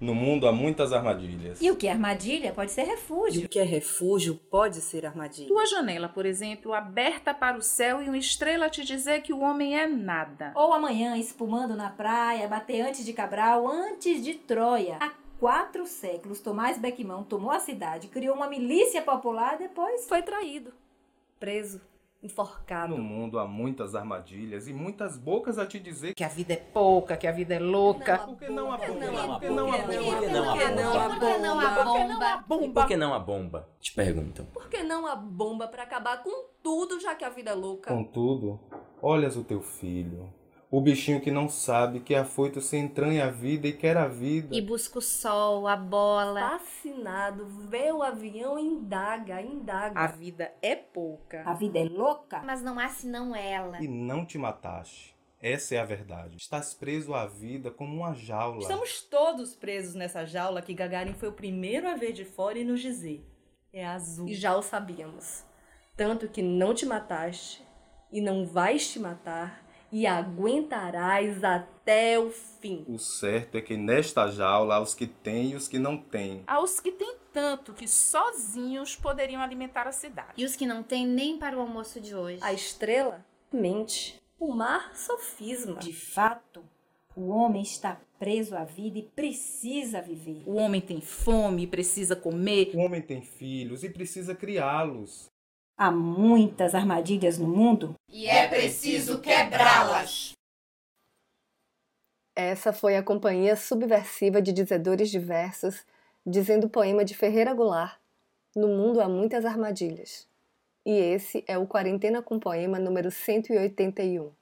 No mundo há muitas armadilhas. E o que é armadilha pode ser E o refúgio. que é refúgio pode ser armadilha. Tua janela, por exemplo, aberta para o céu e uma estrela te dizer que o homem é nada. Ou amanhã, espumando na praia, bater antes de Cabral, antes de Troia. Há quatro séculos, Tomás Beckman tomou a cidade, criou uma milícia popular e depois foi traído, preso, enforcado. No mundo há muitas armadilhas e muitas bocas a te dizer Que a vida é pouca, que a vida é louca. por que não há Por que bomba? não há Por que não há bomba? bomba? Por Por que não a bomba? que bomba? não há E por que não a bomba? Te perguntam. Por que não a bomba pra acabar com tudo, já que a vida é louca? Contudo, olhas o teu filho, o bichinho que não sabe que é afoito se entranha a vida e quer a vida. E busca o sol, a bola. Fascinado, vê o avião e indaga, indaga. A vida é pouca. A vida é louca. Mas não há senão ela. E não te mataste. Essa é a verdade. Estás preso à vida como uma jaula. Estamos todos presos nessa jaula que Gagarin foi o primeiro a ver de fora e nos dizer. É azul. E já o sabíamos. Tanto que não te mataste e não vais te matar e aguentarás até o fim. O certo é que nesta jaula há os que têm e os que não têm. Aos que têm tanto que sozinhos poderiam alimentar a cidade. E os que não têm nem para o almoço de hoje. A estrela mente. O mar sofisma. De fato, o homem está preso à vida e precisa viver. O homem tem fome, precisa comer. O homem tem filhos e precisa criá-los. Há muitas armadilhas no mundo. E é preciso quebrá-las. Essa foi a companhia subversiva de dizedores diversos, dizendo o poema de Ferreira Goulart, No Mundo Há Muitas Armadilhas. E esse é o Quarentena com Poema número 181.